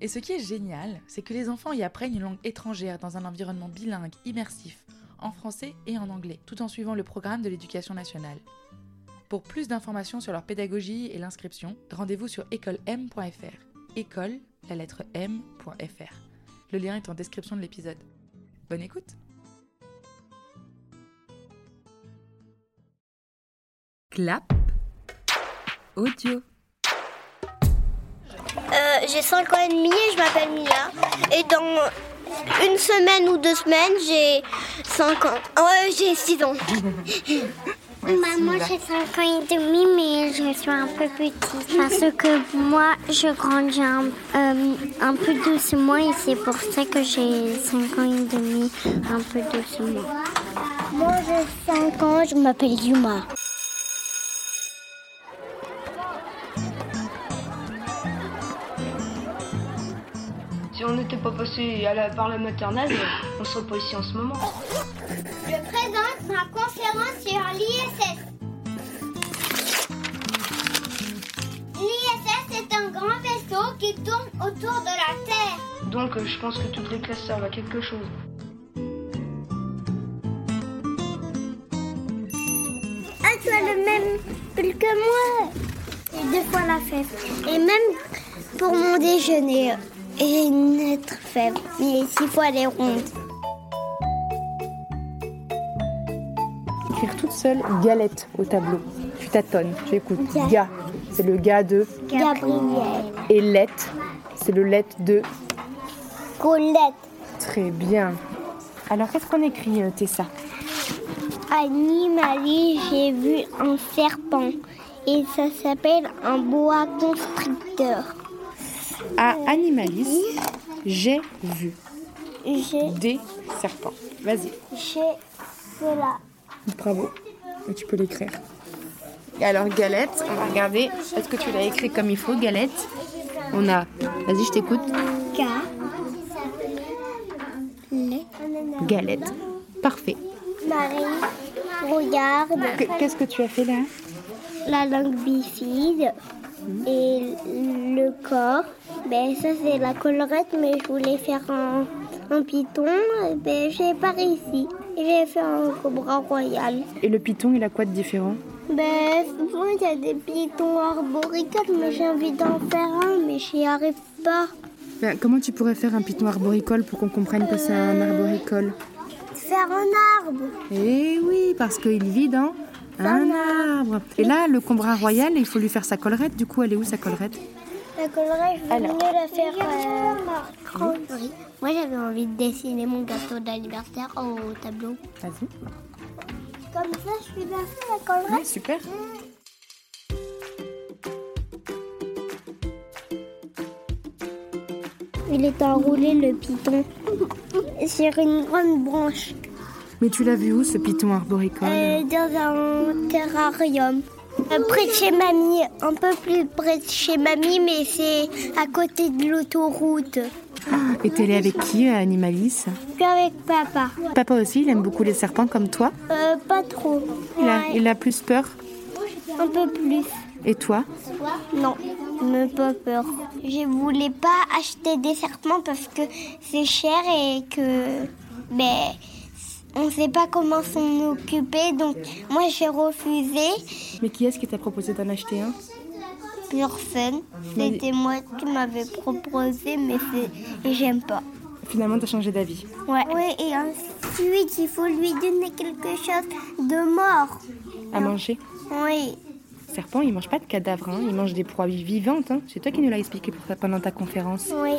Et ce qui est génial, c'est que les enfants y apprennent une langue étrangère dans un environnement bilingue, immersif, en français et en anglais, tout en suivant le programme de l'éducation nationale. Pour plus d'informations sur leur pédagogie et l'inscription, rendez-vous sur écolem.fr. École, la lettre m.fr. Le lien est en description de l'épisode. Bonne écoute Clap audio. Euh, j'ai 5 ans et demi et je m'appelle Mia. Et dans une semaine ou deux semaines, j'ai 5 ans. Euh, j'ai 6 ans. Maman, Bah, j'ai 5 ans et demi, mais je suis un peu petite. Parce que moi, je grandis un, euh, un peu doucement et c'est pour ça que j'ai 5 ans et demi, un peu doucement. Moi, j'ai 5 ans, je m'appelle Yuma. Si on n'était pas passé à la, par la maternelle, on serait pas ici en ce moment. Je présente ma conférence sur l'ISS. L'ISS est un grand vaisseau qui tourne autour de la Terre. Donc euh, je pense que toutes les classes servent à quelque chose. Ah, tu as le même pull que moi. Et deux fois la fève. Et même pour mon déjeuner. Et une autre faible, mais six fois les rondes. Écrire toute seule galette au tableau. Tu tâtonnes, tu écoutes. Ga, c'est le ga de Gabriel. Et lette, c'est le lette de. Colette. Très bien. Alors qu'est-ce qu'on écrit, euh, Tessa Annie, Marie, j'ai vu un serpent. Et ça s'appelle un boa constricteur. À Animalis, j'ai vu J'ai, des serpents. Vas-y. j'ai cela. Bravo. Et tu peux l'écrire. Et alors, Galette, on va regarder. Est-ce que tu l'as écrit comme il faut, Galette On a. Vas-y, je t'écoute. Galette. Parfait. Marie, regarde Que- Qu'est-ce que tu as fait là la langue bifide et le corps. Ben, ça, c'est la collerette, mais je voulais faire un, un python. et Ben, j'ai pas réussi. Et J'ai fait un cobra royal. Et le python, il a quoi de différent Ben, souvent, il y a des pythons arboricoles, mais j'ai envie d'en faire un, mais j'y arrive pas. Ben, Comment tu pourrais faire un python arboricole pour qu'on comprenne que c'est un arboricole Faire un arbre. Eh oui, parce qu'il vit dans un arbre. Et là, le combra royal, il faut lui faire sa collerette. Du coup, elle est où sa collerette La collerette, je vais mieux la faire euh, Moi, j'avais envie de dessiner mon gâteau d'anniversaire au tableau. Vas-y. Comme ça, je suis bien fait, la collerette. super. Il est enroulé le python sur une grande branche Mais tu l'as vu où, ce python arboricole euh, dans un terrarium. Euh, Près de chez mamie, un peu plus près de chez mamie, mais c'est à côté de l'autoroute. Et t'es allée avec qui à Animalis Puis avec papa. Papa aussi, il aime beaucoup les serpents comme toi. Euh, pas trop. Il a, Ouais, il a plus peur. Un peu plus. Et toi Non, mais pas peur. Je voulais pas acheter des serpents parce que c'est cher et que ben on sait pas comment s'en occuper. Donc moi j'ai refusé. Mais qui est-ce qui t'a proposé d'en acheter un Personne. C'était moi qui m'avais proposé, mais c'est- et j'aime pas. Finalement, t'as changé d'avis. Ouais. et ensuite il faut lui donner quelque chose de mort. À manger Oui. Serpent, il mange pas de cadavres, hein. il mange des proies vivantes. hein. C'est toi qui nous l'as expliqué pour ta- pendant ta conférence. Oui.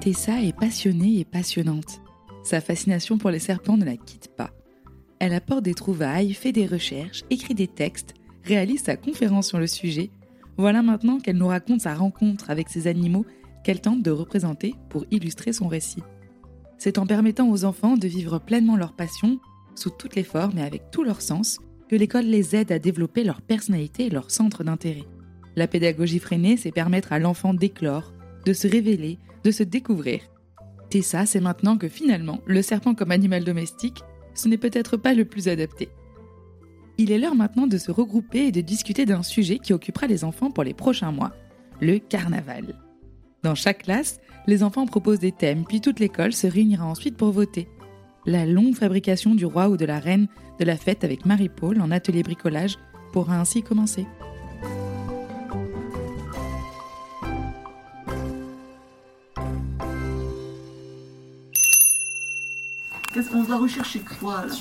Tessa est passionnée et passionnante. Sa fascination pour les serpents ne la quitte pas. Elle apporte des trouvailles, fait des recherches, écrit des textes, réalise sa conférence sur le sujet, Voilà maintenant qu'elle nous raconte sa rencontre avec ces animaux qu'elle tente de représenter pour illustrer son récit. C'est en permettant aux enfants de vivre pleinement leur passion, sous toutes les formes et avec tout leur sens, que l'école les aide à développer leur personnalité et leur centre d'intérêt. La pédagogie freinée, c'est permettre à l'enfant d'éclore, de se révéler, de se découvrir. Tessa c'est maintenant que finalement, le serpent comme animal domestique, ce n'est peut-être pas le plus adapté. Il est l'heure maintenant de se regrouper et de discuter d'un sujet qui occupera les enfants pour les prochains mois, le carnaval. Dans chaque classe, les enfants proposent des thèmes, puis toute l'école se réunira ensuite pour voter. La longue fabrication du roi ou de la reine de la fête avec Marie-Paul en atelier bricolage pourra ainsi commencer. Qu'est-ce qu'on va rechercher quoi là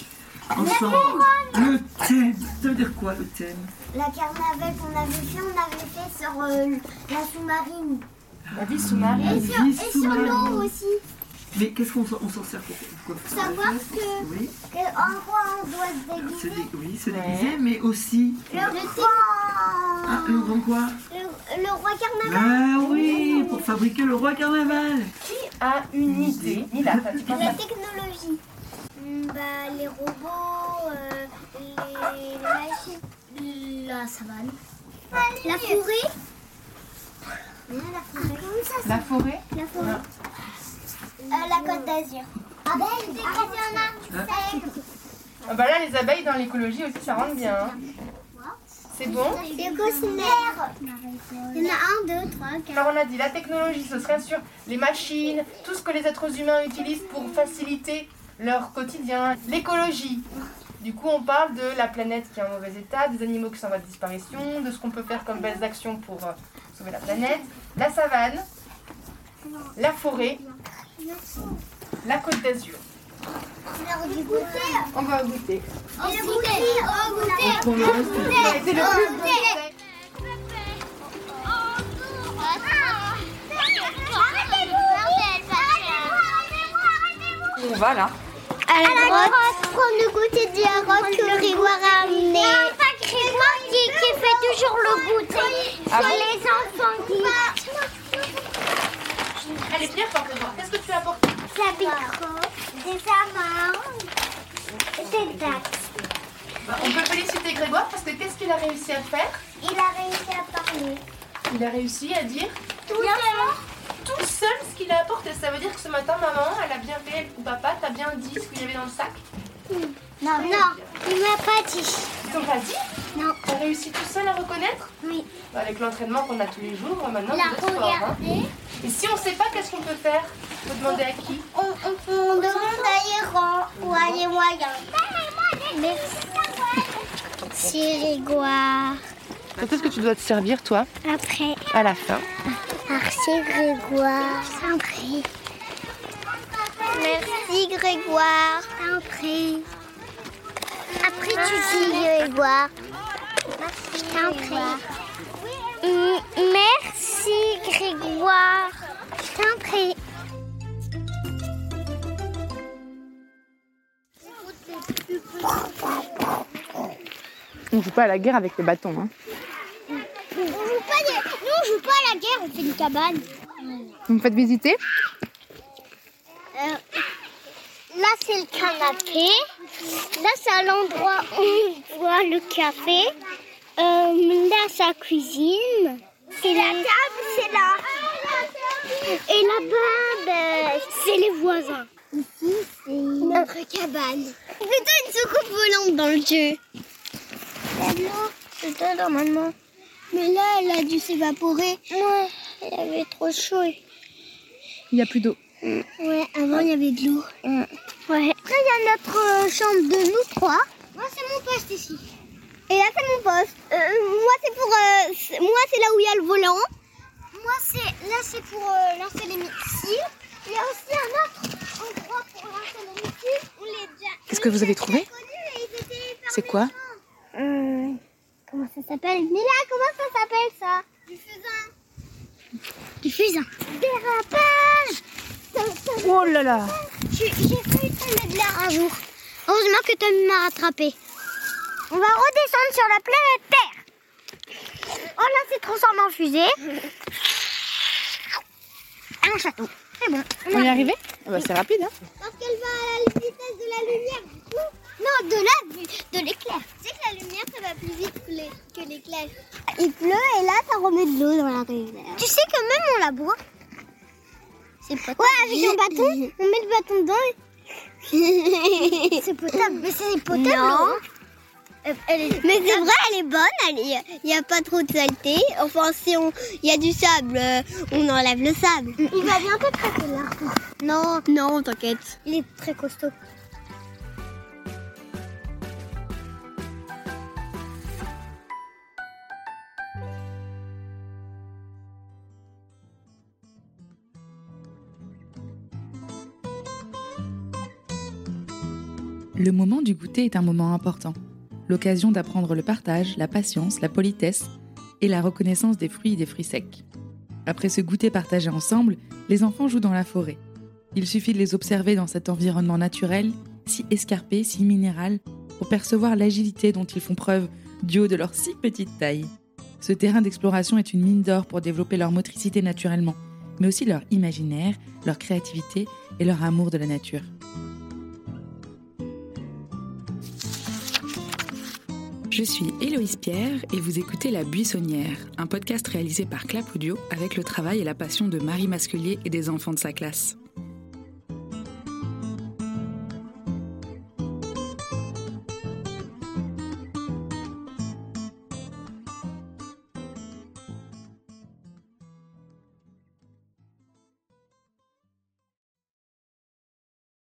Ensemble. Le thème. Ça veut dire quoi le thème La carnaval qu'on avait fait, on avait fait sur euh, la sous-marine. La vie sous-marine. Et sur, vie et sur sous-marine. l'eau aussi. Mais qu'est-ce qu'on s'en- on s'en sert pour quoi Pour Savoir faire des que- fêtes Oui, Que, en quoi on doit se se déguiser dé- oui, se déguiser, mais aussi. Le roi Ah, le grand quoi le, le roi carnaval. Ah oui, pour fabriquer le roi carnaval. a une idée Lila, t'as- tu penses à- La technologie. Hmm, bah, les robots, euh, les machines. La savane. La forêt. Ah, La forêt. La forêt La forêt. Euh, la côte d'Azur. Ah ben, dès qu'il y en a, ça y est. Ah bah là, les abeilles dans l'écologie aussi, ça rentre bien. hein. C'est bon Le cosmère. Il y en a un, deux, trois, quatre. Alors on a dit la technologie, ce serait sur les machines, tout ce que les êtres humains utilisent pour faciliter leur quotidien, l'écologie. Du coup, on parle de la planète qui est en mauvais état, des animaux qui sont en voie de disparition, de ce qu'on peut faire comme belles actions pour euh, sauver la planète, la savane, la forêt, la côte d'Azur. On va goûter. Et le goûter. Oh, goûter. C'est le plus beau conseil. On va là. À la grotte. Prendre le goûter de la grotte que Grégoire a amené. Grégoire qui, qui fait toujours le goûter Ah sur les enfants qui Allez, Pierre, porte-moi. Qu'est-ce que tu as apporté Sa bicrotte, des amandes, des dates. Bah, On peut féliciter Grégoire parce que qu'est-ce qu'il a réussi à faire Il a réussi à parler. Il a réussi à dire Tout seul. tout seul ce qu'il a apporté. Ça veut dire que ce matin, maman, elle a bien fait, ou papa, t'as bien dit ce qu'il y avait dans le sac. Non, non, il m'a pas dit. Ils t'ont pas dit Non. T'as réussi tout seul à reconnaître Oui. Bah, Avec l'entraînement qu'on a tous les jours, euh, maintenant, Il a vous êtes fort. hein. regardé. Et si on sait pas, qu'est-ce qu'on peut faire Faut demander à qui On, on, on demande à Héran ou à les moyens. Mais C'est Grégoire. Quand est-ce que tu dois te servir, toi, Après, à la fin merci Grégoire. Sans prix. merci Grégoire. Sans prix. Après tu dis Grégoire. Sans prix. Mm, Merci Grégoire. Sans prix. On joue pas à la guerre avec le bâton. Hein. On joue pas des- Nous on joue pas à la guerre, on fait une cabane. Vous me faites visiter Là c'est le canapé. Là c'est à l'endroit où on boit le café. Euh, là sa cuisine. C'est la table, c'est là. Et là-bas, ben, c'est les voisins. Ici, c'est notre cabane. Plutôt une soucoupe volante dans le jeu. C'était normalement. Mais là, elle a dû s'évaporer. Ouais, il y avait trop chaud. Il n'y a plus d'eau. Ouais, avant il y avait de l'eau. Ouais. Après il y a notre euh, chambre de nous trois. Moi c'est mon poste ici. Et là c'est mon poste. Euh, moi c'est pour euh, c'est- moi c'est là où il y a le volant. Moi c'est là c'est pour euh, lancer les missiles. Il y a aussi un autre endroit pour lancer les missiles où les Qu'est-ce que vous avez trouvé C'est quoi Euh, Comment ça s'appelle Mila, comment ça s'appelle ça Du fusain. Du fusain. Dérapage Oh là là J'ai j'ai failli tomber de l'air un jour. Heureusement que Tommy m'a rattrapé. On va redescendre sur la planète Terre. Oh là, c'est transformé en fusée. Un château. C'est bon. On y est arrivé Ah bah, C'est rapide, hein Parce qu'elle va à la vitesse de la lumière. Non, de la de l'éclair. Tu sais que la lumière, ça va plus vite que l'éclair. Il pleut et là, ça remet de l'eau dans la rivière. Tu sais que même on la boit. C'est potable. Ouais, avec un bâton, on met le bâton dedans. c'est potable. Mais c'est potable. Non. Mais c'est vrai, elle est bonne. elle est- Il n'y a pas trop de saleté. Enfin, si on, il y a du sable, euh, on enlève le sable. Il va bientôt craquer l'arbre. Non, non, t'inquiète. Il est très costaud. Le moment du goûter est un moment important. L'occasion d'apprendre le partage, la patience, la politesse et la reconnaissance des fruits et des fruits secs. Après ce goûter partagé ensemble, les enfants jouent dans la forêt. Il suffit de les observer dans cet environnement naturel, si escarpé, si minéral, pour percevoir l'agilité dont ils font preuve du haut de leur si petite taille. Ce terrain d'exploration est une mine d'or pour développer leur motricité naturellement, mais aussi leur imaginaire, leur créativité et leur amour de la nature. Je suis Héloïse Pierre et vous écoutez La Buissonnière, un podcast réalisé par Clap Audio avec le travail et la passion de Marie Masculier et des enfants de sa classe.